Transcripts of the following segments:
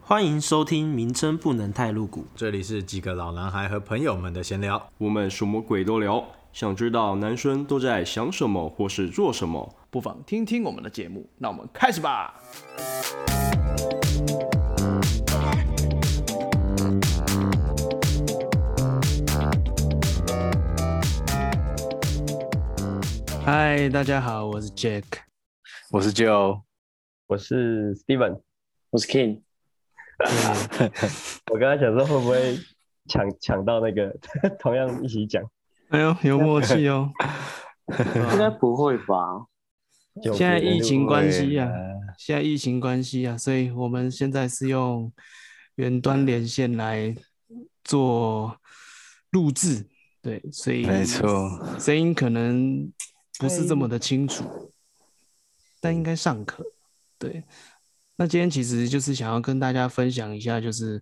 欢迎收听，名称不能太露骨。这里是几个老男孩和朋友们的闲聊，我们什么鬼都聊，想知道男生都在想什么或是做什么。不妨听听我们的节目。那我们开始吧。嗨，大家好，我是 Jack。我是 Joe，我是 Steven，我是 King，我刚才想说会不会抢 抢到那个，同样一起讲。哎呦，有默契哦。应该不会吧？九现在别人疫就情关系对啊，现在疫情关系啊，所以我们现在是用远端连线来做录制，对，所以没错，声音可能不是这么的清楚，但应该尚可。对，那今天其实就是想要跟大家分享一下，就是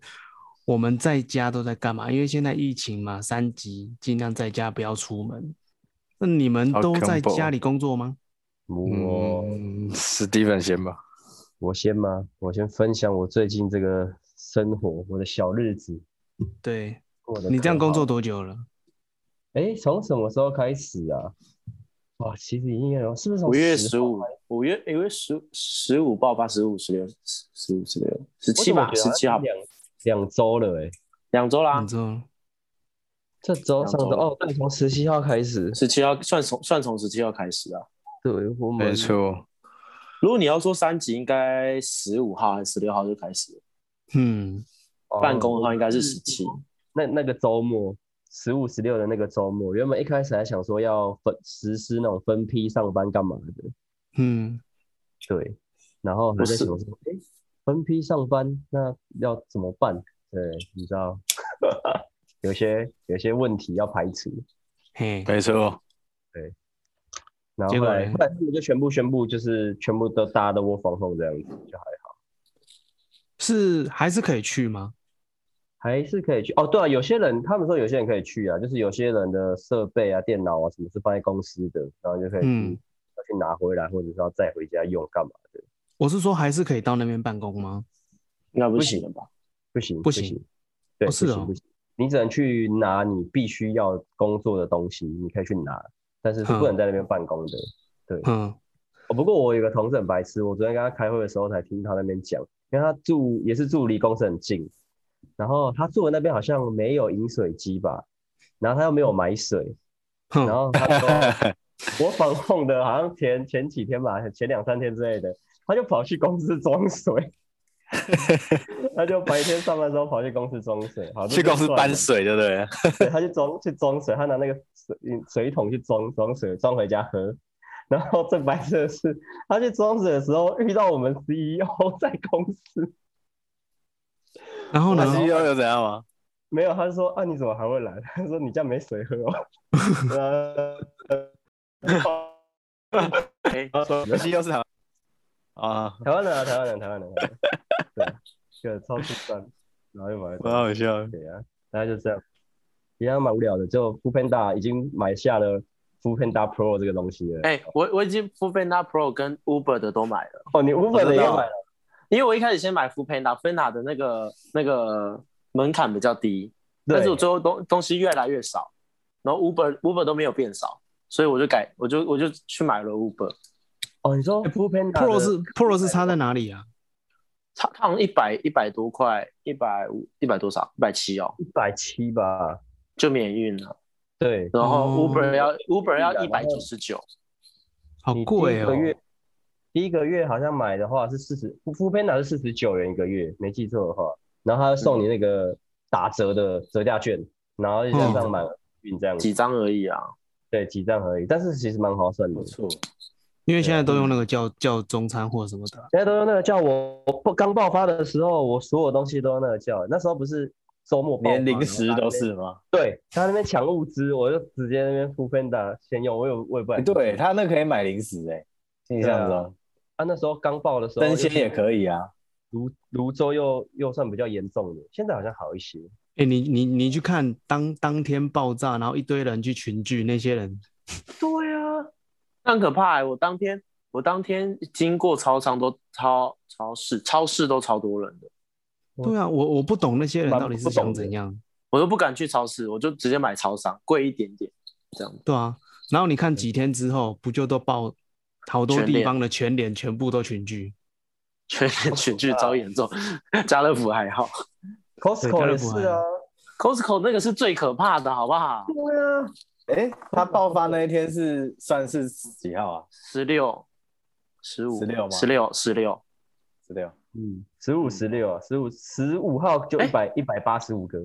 我们在家都在干嘛？因为现在疫情嘛，三级，尽量在家不要出门。那你们好哦都在 combo 家里工作吗？我嗯，Steven 先吧，我先吗？我先分享我最近这个生活，我的小日子对，过得你这样可工好作？多久了？哎，从什么时候开始啊？哇，其实已经有，是不是从五月10十五，五月五月十十五爆发，十五、十六、十五、十六、十我七怎么吧，觉得十好像七号，两两周了哎，两周啦你，做这周两上周周哦，对，从十七号开始，十七号算从算从十七号开始啊。对，我们没错，如果你要说三级，应该十五号还是十六号就开始了嗯，哦办公的话，应该是十七。那那个周末，十五、十六的那个周末，原本一开始还想说要分实施那种分批上班干嘛的，嗯，对。然后还在想说，哎，分批上班那要怎么办？对，你 知道，有些有些问题要排除。嘿，没错，然后结后果来嘞后来他们就全部宣布，就是全部都大家都窝防控这样子，就还是还是可以去吗？还是可以去。哦，对啊，有些人他们说有些人可以去啊，就是有些人的设备啊、电脑啊什么是放在公司的，然后就可以去、嗯要去拿回来，或者是要再回家用干嘛的。我是说还是可以到那边办公吗？应该不行了吧？不行，不不行对，哦是不哦行，不行，你只能去拿你必须要工作的东西，你可以去拿，但是是嗯不能在那边办公的。嗯，哦，不过我有个同事很白痴，我昨天跟他开会的时候才听他那边讲，因为他住也是住离公司很近，然后他住的那边好像没有饮水机吧，然后他又没有买水，嗯然哼，后他说 我防控的，好像前前几天吧，前两三天之类的，他就跑去公司装 水，他就白天上班的时候跑去公司装水，好去公司搬，水，对不对？这就算了对他去装去装水，他拿那个水水桶去装装水，装回家喝。然后最白痴的是，他去装水的时候遇到我们 CEO 在公司，然后呢那？CEO 又怎样吗？没有，他就说啊你怎么还会来？他说你家没水喝哦。 哎，CEO 是他啊，台湾人啊，台湾人，台湾人，台湾人对，就超出酸，然后又买，蛮好笑的，对啊，大家就这样，一样蛮无聊的。就 f o o p a n d a 已经买下了 f o o p a n d a Pro 这个东西了。哎，我我已经 f o o p a n d a Pro 跟 Uber 的都买了，哦，你 Uber 的我也知买道了？因为我一开始先买 f o o p a n d a f o o p a n d a 的那个那个门槛比较低，但是我对，最后东东西越来越少，然后 Uber Uber 都没有变少，所以我就改，我就我就去买了 Uber，哦，你说 f o o p a n d a Pro 是 Pro 是差在哪里啊？它它好像一百一百多块，一百五一百多少，一百七哦，一百七吧？就免运了。对，然后哦 Uber 要、Uber 要然后一百九十九，好你第贵一哦个，月第一个月好像买的话是四十 f o o p a n d a 是四十九元一个月，没记错的话，然后他送你那个打折的折价券，然后就加上满运这样子几，张而已啊，对，几张而已，但是其实蛮划算的不。错。因为现在都用那个叫叫中餐或什么的啊。现在都用那个叫我我不刚爆发的时候，我所有东西都用那个叫。那时候不是周末爆发连零食都是吗？对他那边抢物资，我就直接那边付 Panda 先用，我有我也不敢。哎对啊他那可以买零食哎，印象中啊，那时候刚爆的时候，生鲜也可以啊，泸泸州又又算比较严重的，现在好像好一些。哎，你你你去看当当天爆炸，然后一堆人去群聚，那些人对啊，那很可怕、欸。我当天我当天经过超商都超超市超市都超多人的，对啊，我我不懂那些人哦蛮到底是不懂想的怎样，我都不敢去超市，我就直接买超商，贵一点点这样。 对啊。然后你嗯看几天之后，不就都爆好多全地脸方的全脸全部都群聚？全联全聚遭严重，家乐福还好对家 Costco 乐也福是啊， ，Costco 那个是最可怕的，好不好？对啊，哎，他爆发那一天是算是几号啊？十六、十五、 16吗十六、十六，十六。嗯，十五十六啊，十五十五号就一百一百八十五个，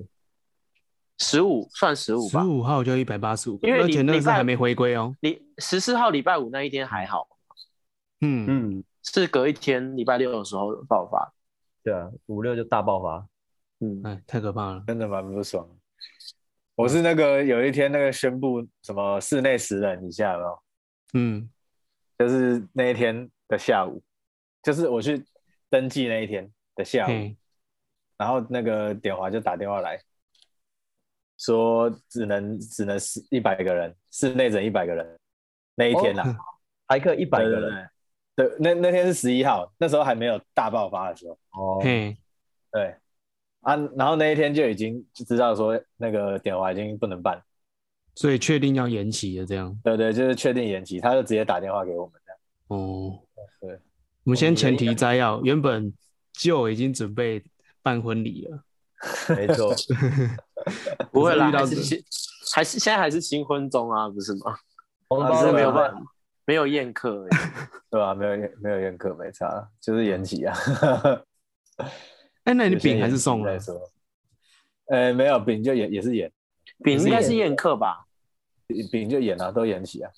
十五算十五十吧。五号就一百八十五个，因为而你且那个礼是拜还没回归哦。你十四号礼拜五那一天还好，嗯，嗯，是隔一天礼拜六的时候爆发。对啊，五六就大爆发，嗯，哎，太可怕了。真的蛮不爽。我是那个有一天那个宣布什么室内十人以下有没有？嗯，就是那一天的下午，就是我去登记那一天的下午，嘿，然后那个点华就打电话来说只能只能是一百个人，室内整一百个人那一天啦、哦还可以一百对个对人对，对那那天是十一号，那时候还没有大爆发的时候，哦，嘿，对啊，然后那一天就已经就知道说那个点华已经不能办了。所以确定要延期的这样。对对，就是确定延期，他就直接打电话给我们这样。哦，对，我们先前提摘要，原本就已经准备办婚礼 了，没错，不会啦，遇到还是的新，还是现在还是新婚中啊，不是吗？红啊包只对是没有啊办法，没有宴 客而已。 对吧、没有宴没有宴客没差，就是延期啊。哎，那你有些饼还延是期送了啊再？说。呃，没有饼就延也是延饼应该是宴客吧？饼就延啊，都延期啊，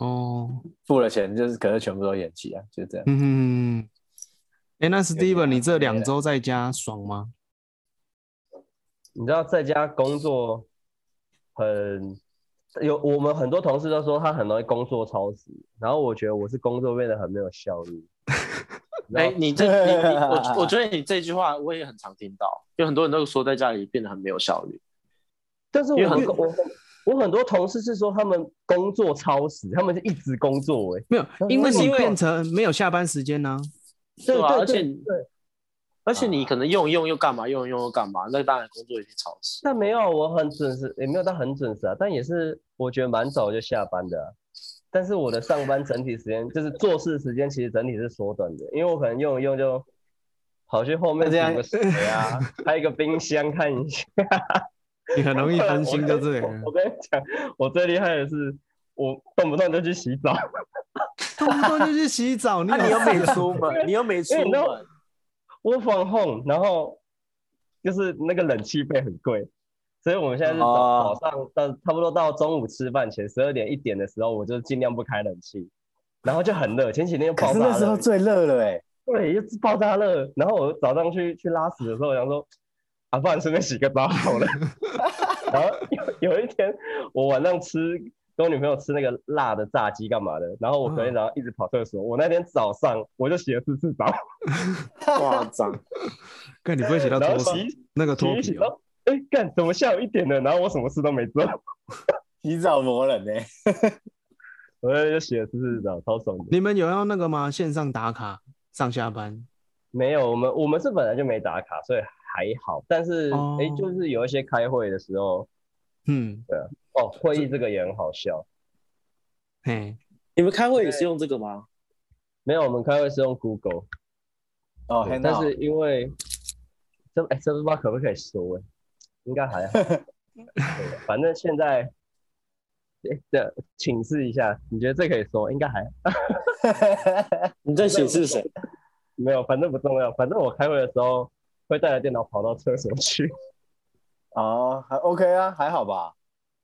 哦，付了钱就是可是全部都延期啊，就这样。嗯哼哼哼。哎，那 Steven，点你这对两周在家爽吗？你知道在家工作很有，我们很多同事都说他很容易工作超时，然后我觉得我是工作变得很没有效率。然哎、后你这你你我我觉得你这句话我也很常听到，有很多人都说在家里变得很没有效率。但是因为我很很我很我很多同事是说他们工作超时，他们是一直工作哎、没有，因为那你因为变成没有下班时间呢。对啊，而对且对你对，而且你可能用一用又干嘛，用一用又干嘛，那当然工作一定超时。但没有我很准时，也没有到很准时啊，但也是我觉得蛮早就下班的啊、但是我的上班整体时间就是做事时间，其实整体是缩短的，因为我可能用一用就跑去后面那这样煮个水啊，开一个冰箱看一下。你很容易分心， 就这样我。跟你讲，我最厉害的是，我动不动就去洗澡，动不动就去洗澡，你那、你又有没出门，你又没出因为你知道门，我放 home，然后就是那个冷气费很贵，所以我们现在是早、哦早上到差不多到中午吃饭前十二点一点的时候，我就尽量不开冷气，然后就很热，前几天就可爆是炸那时候热，最热了哎、对，就是爆炸热，然后我早上去去拉屎的时候，我想说。啊，不然顺便洗个澡好了。然后有有一天，我晚上吃跟我女朋友吃那个辣的炸鸡干嘛的，然后我嗯隔天早上一直跑厕所。我那天早上我就洗了四次澡，夸 张。看你不会洗到然脱后洗皮那个脱洗一洗皮哦。到， 哎、干，怎么下午一点了？然后我什么事都没做，洗澡魔人哎、 我就写了四次澡，超爽的。你们有要那个吗？线上打卡上下班？没有，我们我们是本来就没打卡，所以还好。但是，哎、哦就是有一些开会的时候，嗯，哦，会议这个也很好笑。嘿，你们开会也是用这个吗？没有，我们开会是用 Google，、哦，很但好是因为这哎、这不知道可不可以说、哎，应该还好。对反正现在，哎、这请示一下，你觉得这可以说？应该还你在显示谁？没有，反正不重要。反正我开会的时候会带着电脑跑到厕所去，哦，还 OK 啊，还好吧，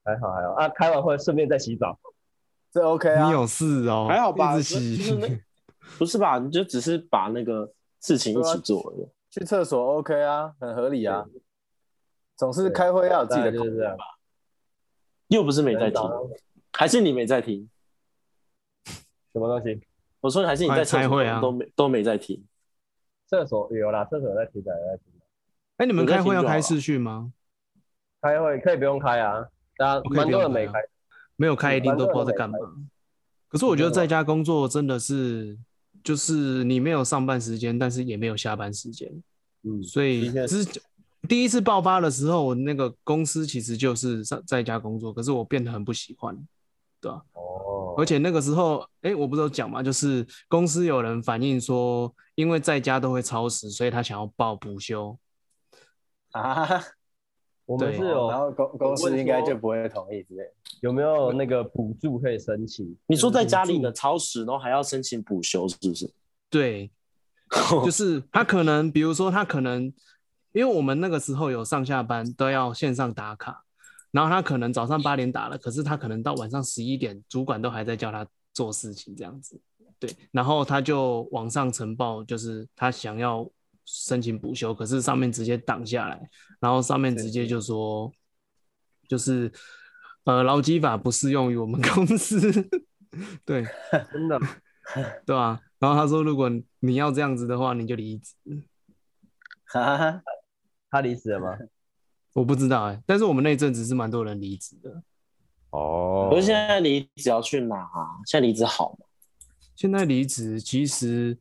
还好还好啊。开完会顺便再洗澡，这 OK 啊你。有事哦，还好吧一直就是那洗。不是吧？你就只是把那个事情一起做而已。去厕所 OK 啊，很合理啊。总是对开会要有自己大的概就是空这样间吧。又不是没在听早，上还是你没在听？什么东西？我说还是你在厕开所会啊都没都没在听。厕所有啦，厕所有在洗澡有在洗澡。 哎，你们我在开会听要就好开了视讯吗？开会可以不用开啊，大家可以蛮不用多人没开啊开。没有开一定蛮都多不知道人在没干嘛开。可是我觉得真的啊在家工作真的是，就是你没有上班时间，但是也没有下班时间。嗯，所以的确之第一次爆发的时候，我那个公司其实就是在在家工作，可是我变得很不喜欢，对吧、哦，而且那个时候，哎，我不是有讲嘛，就是公司有人反映说，因为在家都会超时，所以他想要报补休。啊，我们对是然有后公公司应哦该就不会同意之类的。有没有那个补助可以申请？你嗯说在家里的超时，然后还要申请补休，是不是？对，就是他可能，比如说他可能，因为我们那个时候有上下班都要线上打卡，然后他可能早上八点打了，可是他可能到晚上十一点，主管都还在叫他做事情这样子。对，然后他就往上呈报，就是他想要申请补休，可是上面直接挡下来，然后上面直接就说，就是呃，劳基法不适用于我们公司。 对，嗯真的？对啊，然后他说，如果你要这样子的话，你就离职。哈哈，他离职了吗？我不知道哎、但是我们那一阵子是蛮多人离职的。哦可是现在离职要去哪、啊？现在离职好吗？现在离职其实，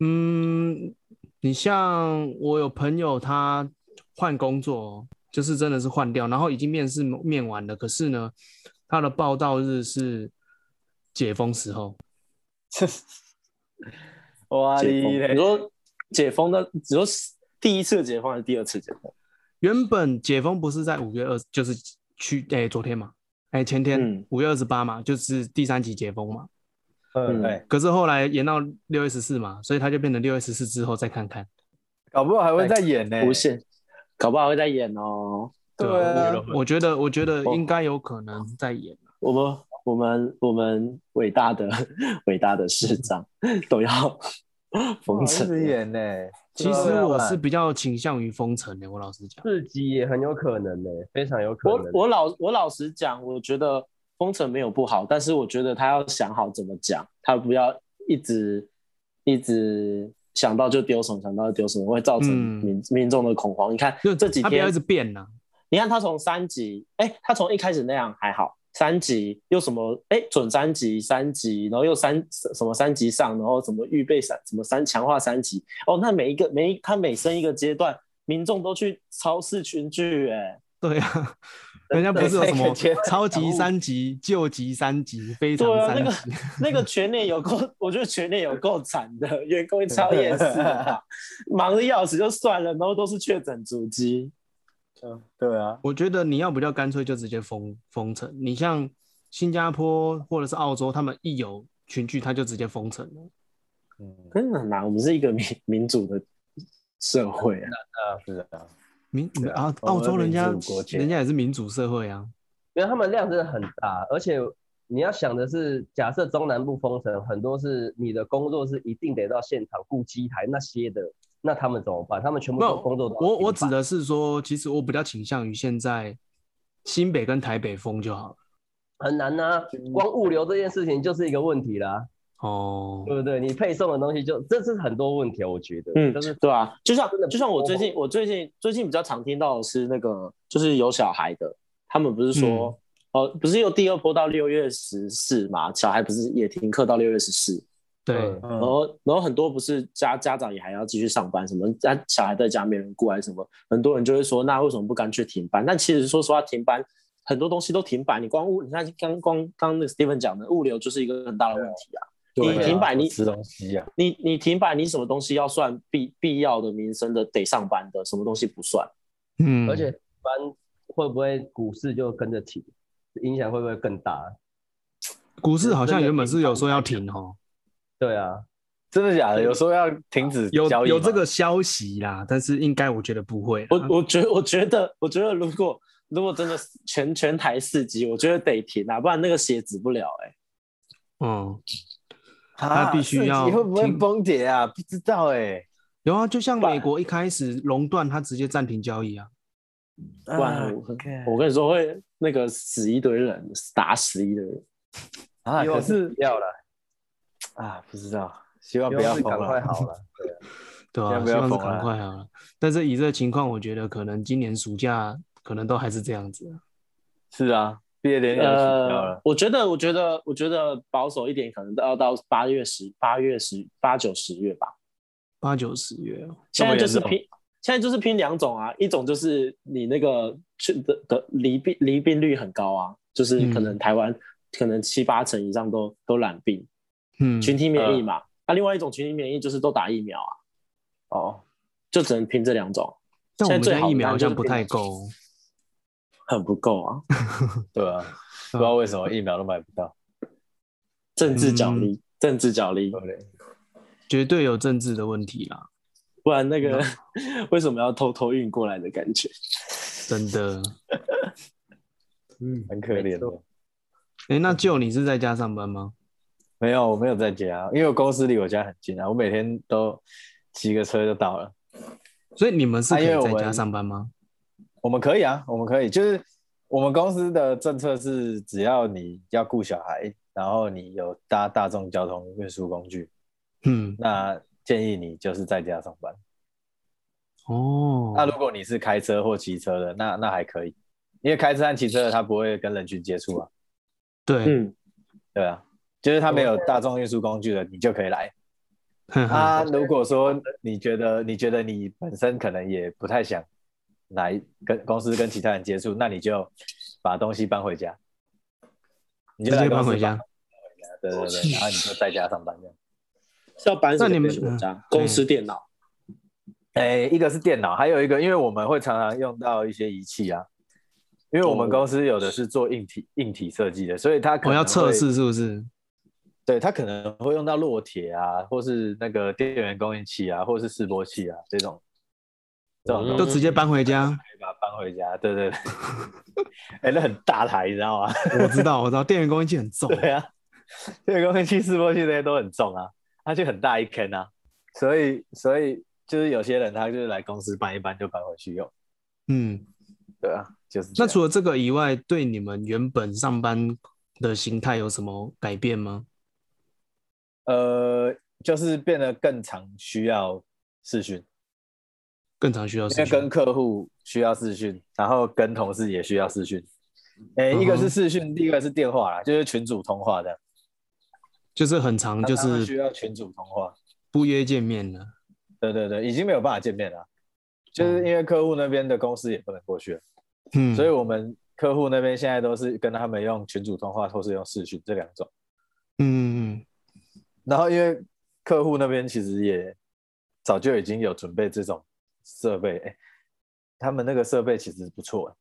嗯，你像我有朋友他换工作，哦就是真的是换掉，然后已经面试面完了，可是呢，他的报道日是解封时候，哇解封？哩你嘞，说解封的，你说第一次解封还是第二次解封？原本解封不是在五月二，就是去哎、昨天嘛，哎、前天嗯五月二十八嘛，就是第三级解封嘛。嗯，嗯对，可是后来延到六月十四嘛，所以他就变成六月十四之后再看看。搞不好还会再演呢。无限，搞不好会再演哦。对对啊，我觉得，我觉得应该有可能再演。啊我们我们我们伟大的 伟大的市长都要封一直城，演呢。其实我是比较倾向于封城的，我老实讲。四级也很有可能呢、非常有可我能。欸我老我老实讲，我觉得封城没有不好，但是我觉得他要想好怎么讲，他不要一直一直想到就丢什么，想到就丢什么，会造成嗯民、民众的恐慌。你看就这几他不要天一直变啊呐、你看他从三级，哎、他从一开始那样还好，三级又什么，哎、准三级、三级，然后又三什么三级上，然后什么预备三，什么三强化三级，哦，那每一个每一他每升一个阶段，民众都去超市群聚、哎，对啊，人家不是有什么超级三级、救急三级、非常对啊三级？那个全年有够，我觉得全年有够惨的，员工超夜市的吧，忙的要死就算了，然后都是确诊足迹，嗯，对啊，我觉得你要比较干脆就直接封封城。你像新加坡或者是澳洲，他们一有群聚，他就直接封城了。嗯，真的很难，我们是一个民民主的社会啊。那是啊，民对啊啊，我澳们洲人家民主国家人家也是民主社会啊。因为他们量真的很大，而且你要想的是，假设中南部封城，很多是你的工作是一定得到现场雇机台那些的，那他们怎么办？他们全部那都工作都要我我指停摆的是说，其实我比较倾向于现在新北跟台北封就好了。很难呐、光物流这件事情就是一个问题啦，哦，对不对？你配送的东西就这是很多问题啊，我觉得，嗯就是对啊，就像真的就像我最近不我最近最近比较常听到的是那个，就是有小孩的，他们不是嗯说、哦，不是有第二波到六月十四嘛，小孩不是也停课到六月十四，对，嗯然后然后很多不是家家长也还要继续上班，什么家小孩在家没人顾还是什么，很多人就会说，那为什么不干脆停班？但其实说实话，停班很多东西都停摆，你光物，你看刚刚刚那个 Steven 讲的物流就是一个很大的问题啊，对啊你停摆你吃东西啊，你你停摆，你什么东西要算必必要的民生的得上班的，什么东西不算？嗯，而且一般会不会股市就跟着停，影响会不会更大？股市好像原本是有说要停哦，对啊，真的假的？有时候要停止有交易吗有这个消息啦，但是应该我觉得不会啦。啊我我觉我觉得我觉得如果如果真的全全台四级，我觉得得停啊，不然那个鞋止不了哎、嗯，啊他必须要自己会不会停崩解啊？不知道哎，有啊，就像不然美国一开始熔断，它直接暂停交易啊。不然我、我跟你说会那个死一堆人，打死一堆人。啊，希望可是不要了，啊，不知道，希望希不望要是疯赶快了。好了。对啊对现啊，在不希要望是疯赶了快好了。但是以这个情况，我觉得可能今年暑假可能都还是这样子啊。是啊，毕业典礼都取消呃了，，我觉得我觉得我觉得保守一点，可能都要到八月十八月十八九十月吧。八九十月哦，现在就是这么严拼，现在就是拼两种啊，一种就是你那个去的的离病离病率很高啊，就是嗯可能台湾、可能七八成以上都都染病，嗯，群体免疫嘛。那、另外一种群体免疫就是都打疫苗啊，哦，就只能拼这两种，但我现在们最现在好疫的苗当然好就是像不变太种够哦，很不够啊。对啊，不知道为什嗯么疫苗都买不到，政治角力，嗯政治角力对，不对？绝对有政治的问题啦，不然那个 为什么要偷偷运过来的感觉？真的。嗯，很 可怜没的错。哎，那舅你是在家上班吗？没有，我没有在家，因为我公司离我家很近啊，我每天都骑个车就到了。所以你们是啊可因为以我在家们上班吗？我们可以啊，我们可以，就是我们公司的政策是，只要你要顾小孩，然后你有搭大众交通运输工具，嗯，那建议你就是在家上班。哦，那如果你是开车或骑车的，那那还可以，因为开车和骑车的他不会跟人群接触啊，对，嗯，对啊，就是他没有大众运输工具的，你就可以来。哼哼啊，如果说你觉得你觉得你本身可能也不太想来跟公司跟其他人接触，那你就把东西搬回家，你就直来接公搬司回家，。对对对，然后你就在家上班这样。是要搬什那你么们东西回嗯家？公司电脑。哎，一个是电脑，还有一个，因为我们会常常用到一些仪器啊，因为我们公司有的是做硬体硬体设计的，所以它可我能要会测试，是不是？对它可能会用到落铁啊，或是那个电源供应器啊，或是示波器啊这种这种东西就直接搬回家。可以把它搬回家，对对对， 哎、那很大台，你知道吗？ 我知道，我知道，电源供应器很重。对啊，这个空气示波器这些都很重啊，它就很大一坑啊，所以所以就是有些人他就是来公司搬一搬就搬回去用，嗯，对啊，就是这那样除了这个以外，对你们原本上班的形态有什么改变吗？呃，就是变得更常需要视讯，更常需要因哦视为跟讯。客户需要视讯，然后跟同事也需要视讯。哎、一个嗯哼是视讯，第一个是电话啦，就是群主通话的，就是很常就常常需是要群主通话。不约见面了。对对对，已经没有办法见面了，啊就是因为客户那边的公司也不能过去了，嗯，所以我们客户那边现在都是跟他们用群主通话或是用视讯这两种。嗯嗯然后因为客户那边其实也早就已经有准备这种设备，哎，他们那个设备其实不错，啊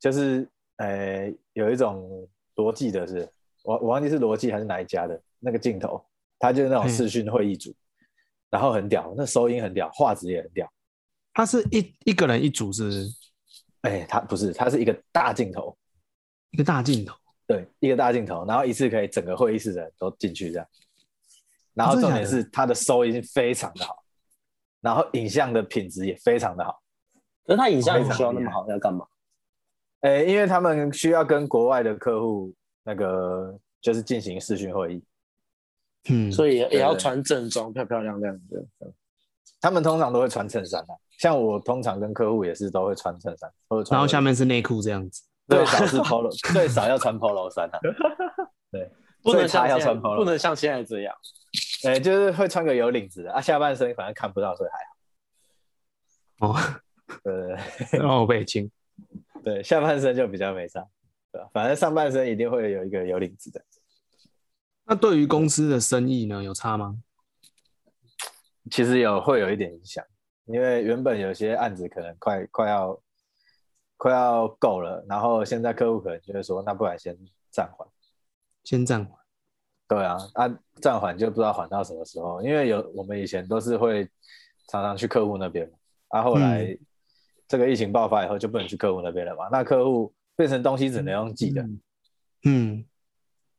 就是呃有一种罗技的是，我我忘记是罗技还是哪一家的那个镜头，它就是那种嗯视讯会议组，然后很屌，那收音很屌，画质也很屌。他是一一个人一组，是不是哎，它不是，它是一个大镜头，一个大镜头。对，一个大镜头，然后一次可以整个会议室的人都进去这样。然后哦真的重假点的是它的收音非常的好，然后影像的品质也非常的好。可是他影像也不需要那么好，要干嘛？哎，因为他们需要跟国外的客户那个就是进行视讯会议，嗯，所以也也要对穿正装，漂漂亮亮的。他们通常都会穿衬衫的、啊像我通常跟客户也是都会穿衬衫，或者穿然后下面是内裤这样子。最 少是 polo，最少要穿 polo 衫啊。对，不能最差像要现在，穿 polo，不能像现在这 样。哎，就是会穿个有领子的啊，下半身反正看不到，所以还哦，好。对对对。 然后我被亲。对，下半身就比较没差，对吧？反正上半身一定会有一个有领子的。那对于公司的生意呢，有差吗？其实有会有一点影响，因为原本有些案子可能快快要快要够了，然后现在客户可能就会说，那不然先暂缓。先暂缓。对啊，啊，暂缓就不知道缓到什么时候，因为有我们以前都是会常常去客户那边嘛，啊，后嗯来这个疫情爆发以后就不能去客户那边了嘛，那客户变成东西只能用寄的，嗯，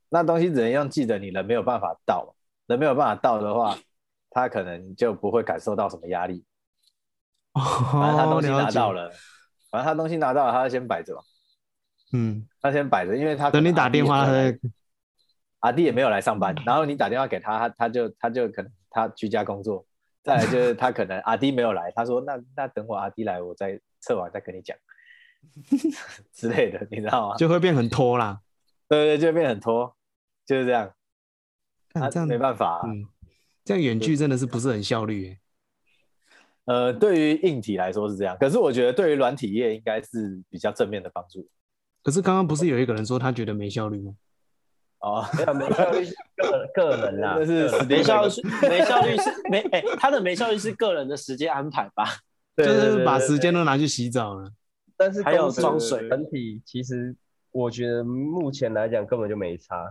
那东西只能用寄的，你人没有办法到嘛，人没有办法到的话，他可能就不会感受到什么压力。哦， 反正他东西拿了解到。了，反正他东西拿到了，他就先摆着嘛，嗯，他先摆着，因为他可等能你打电话，阿他弟也没有再来阿弟也没有来上班，然后你打电话给他，他他就他就可能他居家工作，再来就是他可能阿弟没有来，他说那那等我阿弟来，我再测完再跟你讲 之类的，你知道吗？就会变很拖啦。对对，就变很拖，就是这样， 干这啊样嗯没办法啊、嗯，这样远距真的是不是很效率耶？呃，对于硬体来说是这样，可是我觉得对于软体业应该是比较正面的帮助可是刚刚不是有一个人说他觉得没效率吗？哦。没有没效率是个个人 啦，那是个人没效率是，没效率是 没哎、他的没效率是个人的时间安排吧？对对对就是把对时间都拿去洗澡了。但是还有公司装水整体其实我觉得目前来讲根本就没差，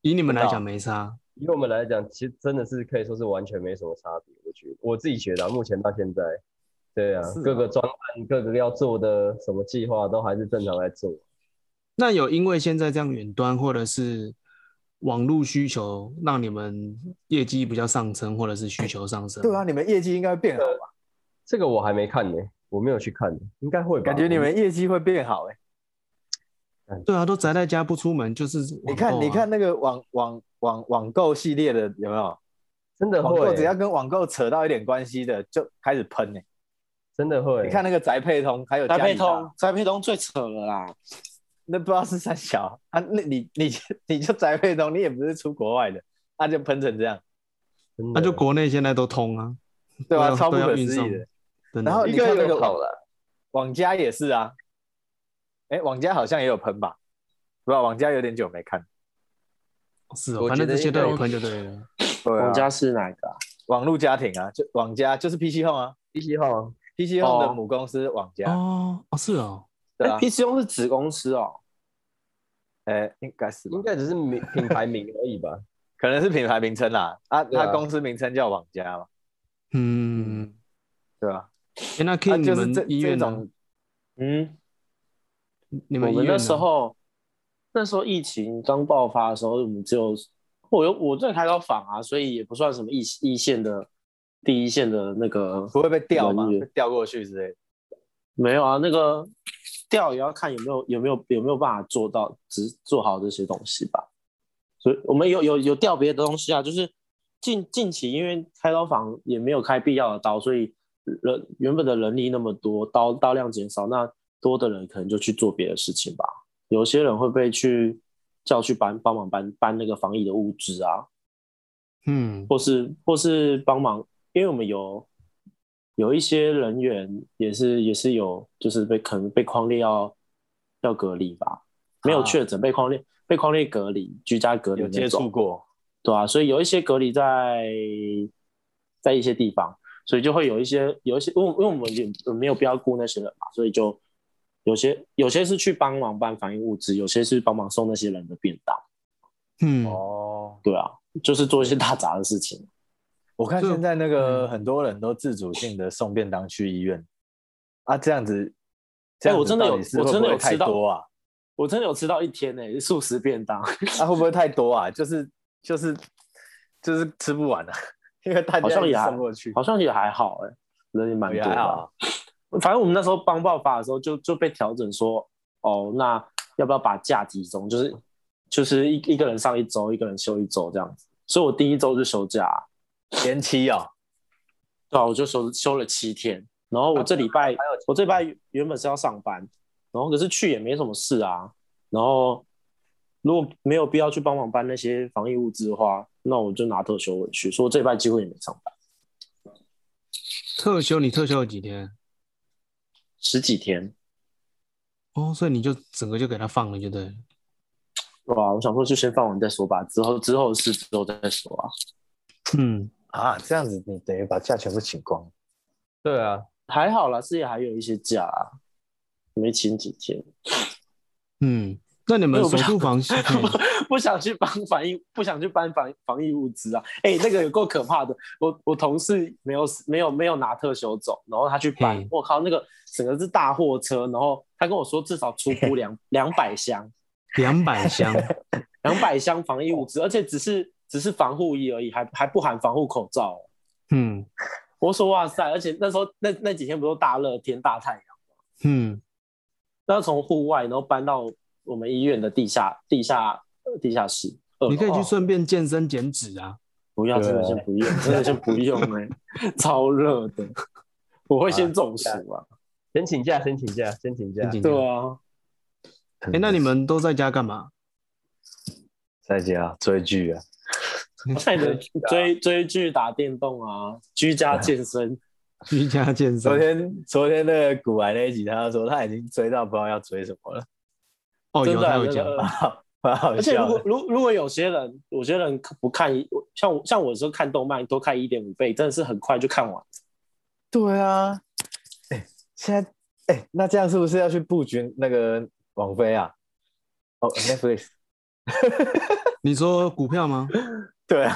以你们来知道讲没差，以我们来讲，其实真的是可以说是完全没什么差别。我觉得我自己觉得、啊，目前到现在，对啊，是啊各个装扮、各个要做的什么计划都还是正常在做。那有因为现在这样远端或者是网络需求，让你们业绩比较上升，或者是需求上升？对啊，，你们业绩应该会变好吧？这个我还没看呢、我没有去看，应该会吧？感觉你们业绩会变好哎、对啊，都宅在家不出门，就是你网购看，啊你看，那个网网网网购系列的有没有？真的网购会，只要跟网购扯到一点关系的，就开始喷呢、真的会。你看那个宅配通，还有翟家佩里大通，，翟佩通最扯了啦！那不知道是三小啊？那你 你你就宅配通，你也不是出国外的，那、就喷成这样，真的，那就国内现在都通啊，对吧、都要超不都要可运思送议的。真的然后应你该看那有个好网了，网家也是啊，哎、网家好像也有喷吧？不知道网家有点久没看，是哦，我反正觉这得些应都该有喷就对了。对哎我家是哪一个啊、网络家庭啊，就网家就是 PC Home 啊第七号，PC 哦 Home 的母公司网家，哦哦，是哦，对哎啊， ，PC 用是子公司哦，哎、应该是吧嗯应该只是名品牌名而已吧？可能是品牌名称啦，啊，对啊他公司名称叫网家嘛，嗯，对吧？诶那 King，他你啊就是这们医啊这院呢？种，嗯，你我们医们院那呢时候，那时候疫情刚爆发的时候，我们只有我有我在开刀房啊，所以也不算什么一一线的第一线的那个，不会被调吗？人员被调过去之类的。没有啊，那个调也要看有没有有没有有没有办法做到只做好这些东西吧。所以我们有有有调别的东西啊，就是近近期因为开刀房也没有开必要的刀，所以人原本的人力那么多，刀刀量减少，那多的人可能就去做别的事情吧。有些人会被去叫去搬帮忙搬搬那个防疫的物资啊，嗯，或是或是帮忙，因为我们有有一些人员也是也是有，就是被可能被框列要要隔离吧，没有确诊被框列被框列隔离，居家隔离啊有那接种触过，对啊，所以有一些隔离在在一些地方，所以就会有一些有一些，因为因为我们也没有必要顾那些人嘛，所以就有些有些是去帮忙搬反应物资，有些是帮忙送那些人的便当，嗯，哦，对啊，就是做一些大杂的事情。我看这现在那嗯个很多人都自主性的送便当去医院，啊，这样子，这哎、样我子真的有，到底是我会真不的会有太吃到多啊，我真的有吃到一天呢、素食便当。 啊，会不会太多啊？就是就是就是吃不完啊， 因为大好家像一也直还送过去，好像也还好哎、人也蛮多也还好的。反正我们那时候帮爆发的时候就，就被调整说，哦，那要不要把假集中？就是就是一一个人上一周，一个人休一周这样子。所以我第一周就休假，延期哦，对啊，我就休休了七天。然后我这礼拜，我这礼拜原本是要上班，然后可是去也没什么事啊。然后如果没有必要去帮忙搬那些防疫物资的话，那我就拿特休回去。所以我这礼拜几乎也没上班，特休你特休了几天？十几天，哦，所以你就整个就给他放了，就对了。对吧、我想说就先放完再说吧，之后之后的事之后再说啊。嗯，啊，这样子你等于把假全部请光，对啊，还好啦，自己还有一些假、啊，没请几天， 嗯，那你们因为我手不术房是不想去帮防疫，不想去搬防防疫物资啊！哎、那个有够可怕的。我我同事没有没有没有拿特休走，然后他去搬嗯，我靠，那个整个是大货车，然后他跟我说至少出估 两两百箱，两 百箱，两百箱防疫物哦资，而且只是只是防护衣而已，还还不含防护口罩哦、嗯我说哇塞，而且那时候那那几天不都大热天大太阳，嗯，那从户外然后搬到我们医院的地下地下呃地下室。二楼你可以去顺便健身减脂啊。不要，对真的先不用，真的先不用哎、超热的，我会先中暑啊。先请假，先请假，先请假先。请假对啊，哎、那你们都在家干嘛？在家追剧啊，嗯啊现在的追追剧、打电动啊，居家健身，居家健 昨身。 天昨天那个古玩那一集，他就说他已经追到不知道要追什么了， 哦，有真的他啊有真讲， 的蛮好而且如笑果的。如如果有些人，有些人不看，像我像我说看动漫多看一点五倍，真的是很快就看完。对啊，哎、现在哎、那这样是不是要去布局那个网飞啊？哦、n e t f l i x 你说股票吗？对啊，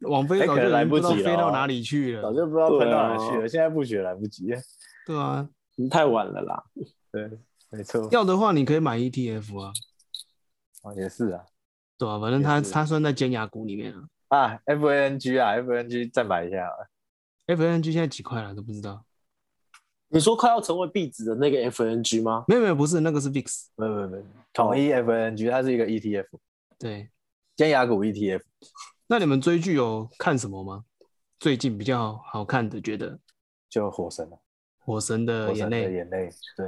网飞哎早可就能已来经不不知道及了飞到哦哪里去早了。就不知道喷到对哪啊去了，现在布局也来不及。对啊，太晚了啦，对，没错，要的话你可以买 ETF 啊，哦，也是啊，对啊，反正它也是它算在尖牙股里面啊。啊，FANG 啊，FANG 再买一下啊好了， FNG 现在几块了都不知道，你说快要成为壁纸的那个 FNG 吗？没有没有，不是那个是 VIX，不不不，统一 FANG，它是一个 ETF，对。尖牙股 E ETF。那你们追剧有看什么吗？最近比较好看的，觉得《就火神了，火神的火眼神的泪》眼泪，对，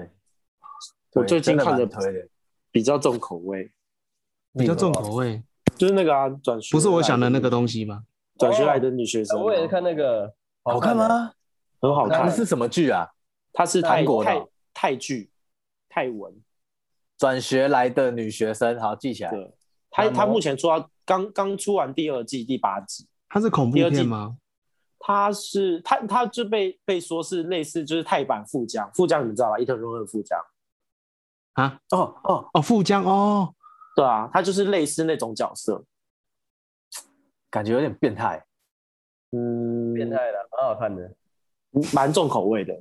我对最近真的看蛮的推的，比较重口味，比较重口味，就是那个啊，转学不是我想的那个东，东西吧？转学来的女学生啊，我也是看那个，好看的？吗？很好那看，是什么剧啊？它是泰韩国的泰哦泰剧泰文，转学来的女学生，好记起来。对，它它目前出到刚刚出完第二季第八集，它是恐怖第二季片吗？它是它它就被被说是类似就是泰版富江，富江你们知道吧？伊藤润二富江，啊，哦哦，哦，富江哦，对啊，它就是类似那种角色，感觉有点变态。嗯，变态的，蛮好看的。蛮重口味的，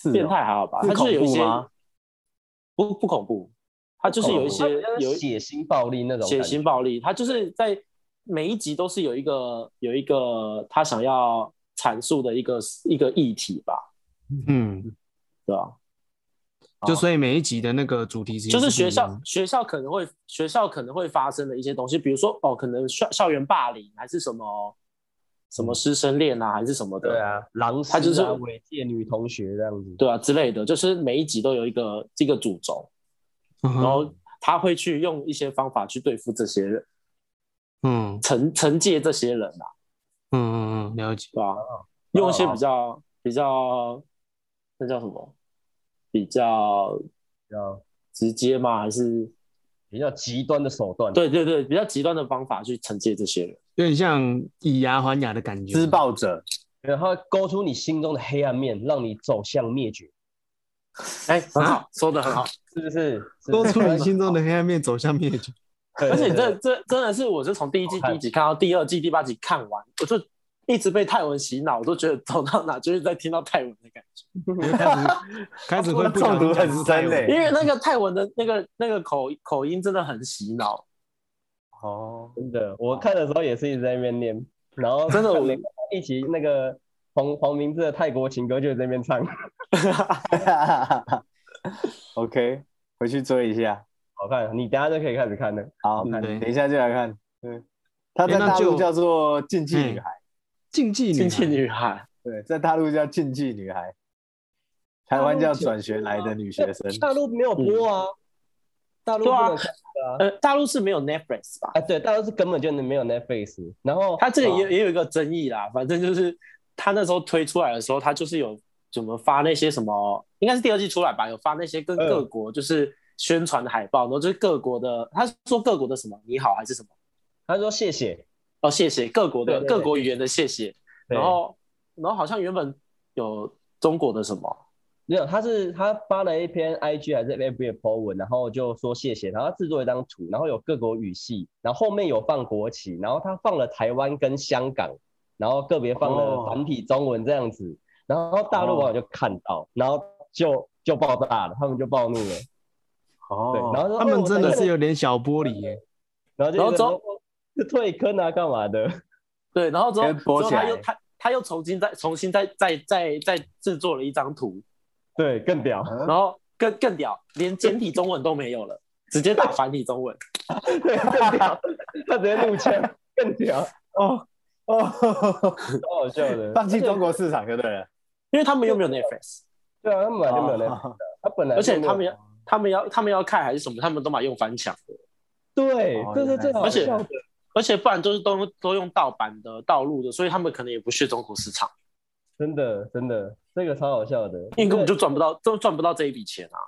是哦变态还好吧？是它就是有一些恐怖吗不不恐怖，它就是有一些它比较有血腥暴力那种血感觉，腥暴力，它就是在每一集都是有一个有一个他想要阐述的一个一个议题吧，嗯，对吧？就所以每一集的那个主题其实就是不一学校样学校可能会学校可能会发生的一些东西，比如说哦，可能校校园霸凌还是什么什么师生恋啊，还是什么的，对啊，狼师它就是啊猥亵女同学这样子，对啊之类的，就是每一集都有一个这个主轴，嗯哼然后他会去用一些方法去对付这些人，嗯惩惩戒这些人啊，嗯嗯嗯，了解。对吧、用一些比较比较那叫什么？比较比较直接吗？还是比较极端的手段。，对对对，比较极端的方法去惩戒这些人？有点像以牙还牙的感觉。施暴者，然后勾出你心中的黑暗面，让你走向灭绝，哎、很好，说的很好。是不是？是勾不是出你心中的黑暗面，走向灭绝。而且这这真的是，我是从第一季好看第一集看到第二季第八集看完，我就一直被泰文洗脑，我都觉得走到哪就是在听到泰文的感觉。开始开始会不小心中毒很讲出深泰文欸因为那个泰文的那个那个口口音真的很洗脑，哦，真的，我看的时候也是一直在那边念，然后真的我们一起那个黄黄明志的泰国情歌就在那边唱， OK，回去追一下。好看，你等下就可以开始看了。好，嗯对等一下就来看。对，他在哎那大就嗯陆叫做《禁忌女孩》，禁忌《女亲戚孩女孩对，在大陆叫《禁忌女孩》，台湾叫《转学来的女学生》。大陆没有播啊，大陆不对啊能看的》啊。呃，大陆是没有 Netflix 吧？啊，对，大陆是根本就没有 Netflix，然后他这个啊也也有一个争议啦，反正就是他那时候推出来的时候，他就是有怎么发那些什么，应该是第二季出来吧，有发那些跟嗯各国就是宣传的海报，然后就是各国的，他说各国的什么你好还是什么他说谢谢，哦谢谢各国的对对对各国语言的谢谢，对然后然后好像原本有中国的什么，没有，他是他发了一篇 IG 还是 FB 的 po 文，然后就说谢谢，然后他制作一张图，然后有各国语系，然后后面有放国旗，然后他放了台湾跟香港，然后个别放了哦繁体中文这样子，然后大陆网友就看到，然后就就爆炸了，他们就暴怒了，对，然哦，后说他们真的，是哎我有点小玻璃耶。然后就然后有人中说是退坑啊，干嘛的？对，然后之后先播之后起他来又他他又重新再重新再再再再制作了一张图，对，更屌，然后更更屌，连简体中文都没有了，直接打繁体中文。对，更屌，他直接怒呛，更屌，哦哦，超好笑 的。 放弃中国市场就对了。因为他们又没有 Netflix，对啊，他们本来就没有 Netflix，哦他本来而就且没有啊他们 要他们要他们要看还是什么，他们都买用翻墙的，对哦，这原是来最是而且好笑的。而且不然就是都都用盗版的、道路的，所以他们可能也不去中国市场。真的真的，这个超好笑的。因为根本就赚不到，都赚不到这一笔钱啊。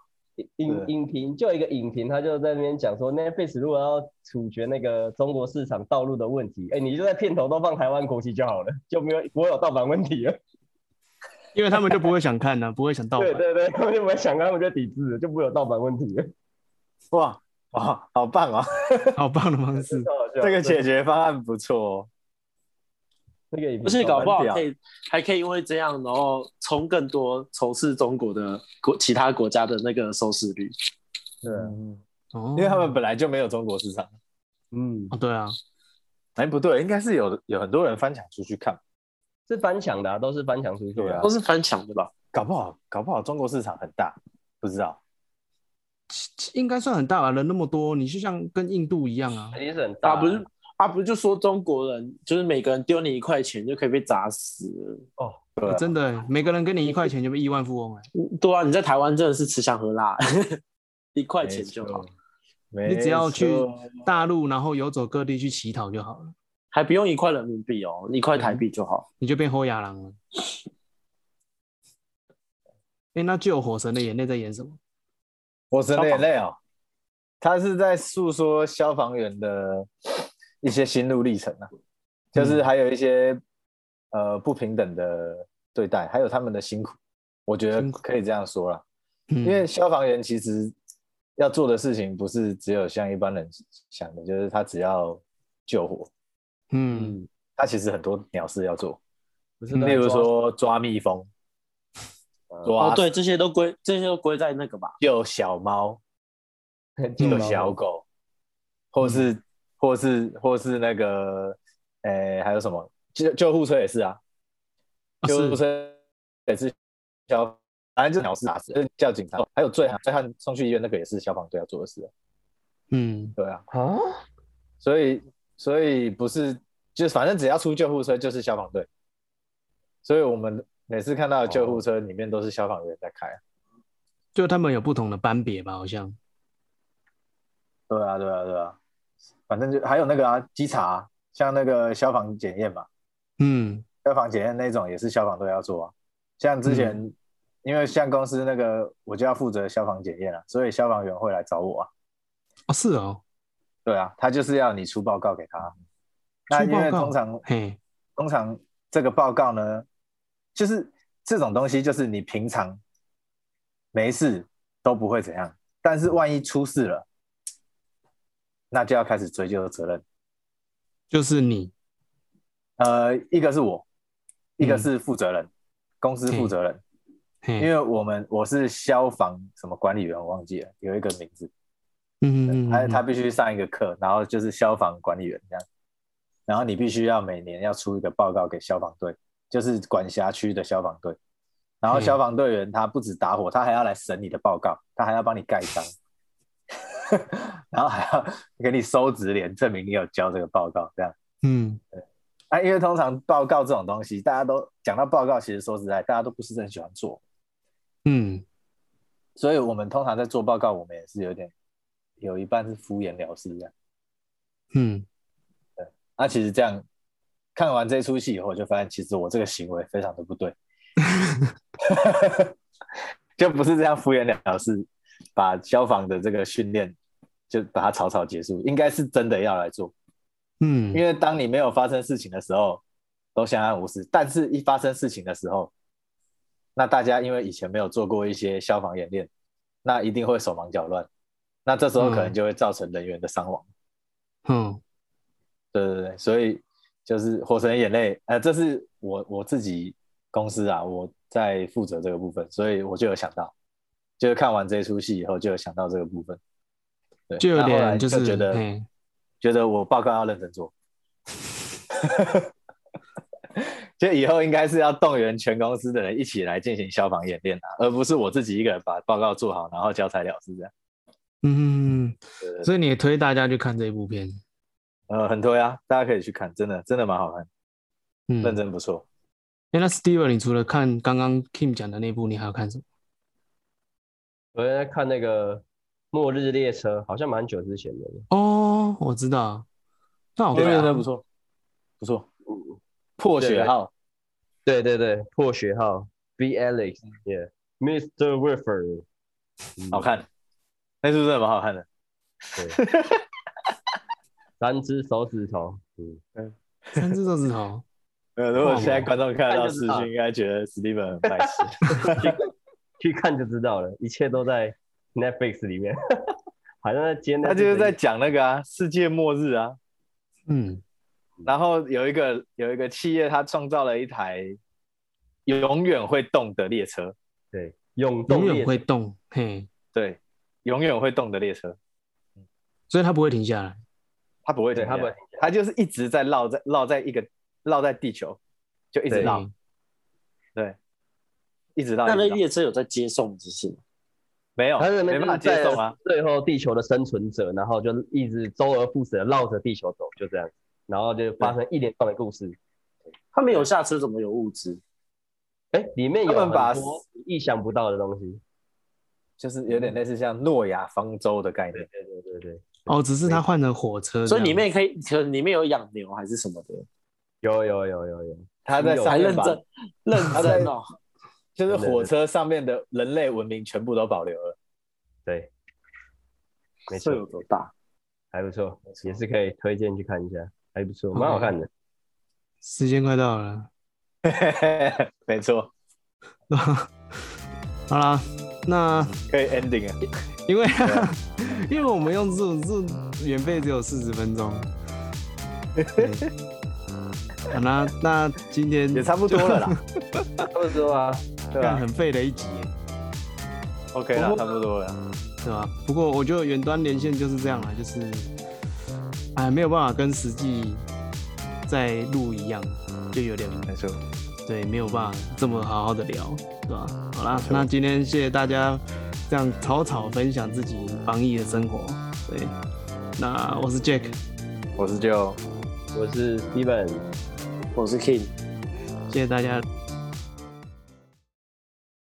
影影评就有一个影评，他就在那边讲说，Netflix 如果要处决那个中国市场道路的问题，哎，你就在片头都放台湾国旗就好了，就没有不会有盗版问题了。因为他们就不会想看呢、不会想盗版对。对对，他们就不会想，他们就抵制了，就不会有盗版问题了。哇哇，好棒哦！好棒的方式，超好笑 这个解决方案不错哦。这个影而评且超搞好不好屌可以还可以因为这样，然后冲更多仇视中国的国其他国家的那个收视率。对啊嗯，哦因为他们本来就没有中国市场。嗯，哦对啊，哎，不对，应该是有有很多人翻墙出去看，是翻墙的、啊，都是翻墙出去对的、啊都是翻墙的吧？搞不好搞不好中国市场很大，不知道。其其应该算很大吧，人那么多，你就像跟印度一样啊肯，定是很大、啊，不是啊，不是就说中国人就是每个人丢你一块钱就可以被砸死了。对啊真的欸，每个人给你一块钱就被亿万富翁哎，嗯对啊，你在台湾真的是吃香喝辣， 一块钱就好，没你错。只要去没错大陆，然后游走各地去乞讨就好了，还不用一块人民币哦，一块台币就好。你就变后牙狼了。哎、那就有《火神的眼泪》在演什么？我神的眼泪哦，他是在诉说消防员的一些心路历程啊，就是还有一些、呃不平等的对待，还有他们的辛苦，我觉得辛苦可以这样说啦。嗯因为消防员其实要做的事情不是只有像一般人想的，就是他只要救火，嗯，他其实很多鸟事要做，不是例如说抓蜜蜂、哦抓，对，这些都归这些都归在那个吧。救 小猫、这救小狗，或是、嗯或是或是那个，呃，还有什么救救护车也是啊，啊救护是车也是消，反正就是鸟事打死，就是叫警察，还有醉汉醉汉送去医院那个也是消防队要做的事、啊，嗯，对啊，啊，所以所以不是就是反正只要出救护车就是消防队，所以我们每次看到的哦救护车里面都是消防员在开啊，就他们有不同的班别吧，好像对啊，对啊，对啊，反正就还有那个啊，稽查啊、像那个消防检验嘛，嗯消防检验那种也是消防队要做啊。像之前，嗯因为像公司那个我就要负责消防检验啊，所以消防员会来找我啊。哦是哦，对啊，他就是要你出报告给他。啊那因为出报告通常嘿，通常这个报告呢，就是这种东西，就是你平常没事都不会怎样，但是万一出事了，那就要开始追究责任。就是你，呃，一个是我，一个嗯是负责人，公司负责人，嘿，因为我们我是消防什么管理员，我忘记了有一个名字，嗯嗯嗯他嗯他必须上一个课，然后就是消防管理员这样，然后你必须要每年要出一个报告给消防队，就是管辖区的消防队，然后嗯消防队员他不止打火，他还要来审你的报告，他还要帮你盖章， 然后还要给你收纸联，证明你有交这个报告这样。嗯啊，因为通常报告这种东西，大家都讲到报告，其实说实在，大家都不是很喜欢做，嗯所以我们通常在做报告，我们也是有点有一半是敷衍了事这样。嗯，那、其实这样看完这出戏以后，就发现其实我这个行为非常的不对，就不是这样敷衍了事，把消防的这个训练就把它草草结束，应该是真的要来做，嗯，因为当你没有发生事情的时候，都相安无事。但是，一发生事情的时候，那大家因为以前没有做过一些消防演练，那一定会手忙脚乱。那这时候可能就会造成人员的伤亡。嗯对对对，所以就是《火神的眼泪》，呃，这是我我自己公司啊，我在负责这个部分，所以我就有想到，就是看完这出戏以后就有想到这个部分。对，就有那后来点就是觉得嘿觉得我报告要认真做， 就以后应该是要动员全公司的人一起来进行消防演练啊，而不是我自己一个人把报告做好，然后交差了事这样。嗯，对对对所以你也推大家去看这部片，呃，很推啊，大家可以去看，真的真的蛮好看，嗯，认真不错。诶那 Steven，你除了看刚刚 Kim 讲的那部，你还要看什么？我在看那个《末日列车》，好像蛮久之前的了。哦，我知道，那我哦对看对啊对，不错，不错。破对雪对号，对对对，破学号 B 嗯 Alex，Yeah，Mr. w i f f e r 好看，那是不是蛮好看的？三只手指头，嗯，三只手指头，呃，如果哇现在观众看看到就视知道讯，应该觉得史蒂芬很白痴。去看就知道了，一切都在 Netflix 里面， 好像在接 Netflix 他就是在讲那个啊，世界末日啊。嗯，然后有一个有一个企业，它创造了一台永远会动的列车，对永永动列远会动，嘿，对，永远会动的列车，所以它不会停下来。它不会对停他下们来，它就是一直在绕在绕在一个绕在地球，就一直对绕，嗯一直绕，那一直那绕列车有在接送，只是吗没有，他是没办法接送啊，，最后地球的生存者，然后就一直周而复始的绕着地球走，就这样，然后就发生一连串的故事。他们有下车，怎么有物资？哎，里面有他很们把多你意想不到的东西。就是有点类似像诺亚方舟的概念，对对对对，哦，只是它换了火车，所以这样里面可以，可能里面有养牛还是什么的，有有有有有，它在上还面认把 真认真哦。就是火车上面的人类文明全部都保留了，对，没会错，有多大？还不错，也是可以推荐去看一下，还不错， OK 蛮好看的。时间快到了。 没错， 好啦，那可以 ending 了，因嗯为啊 因为我们用 Zoom Zoom 免费只有四十分 钟。对好啦，那今天也差不多了啦，差不多啊，对干 吧很废的一集耶， ？OK 啦，差不多了。对吧？不过我觉得远端连线就是这样啦，就是哎没有办法跟实际在录一样，就有点没错，对，没有办法这么好好的聊，对吧、好啦，那今天谢谢大家这样草草分享自己防疫的生活。对，那我是 Jack，我是就我是 Steven。我是 King。谢谢大家。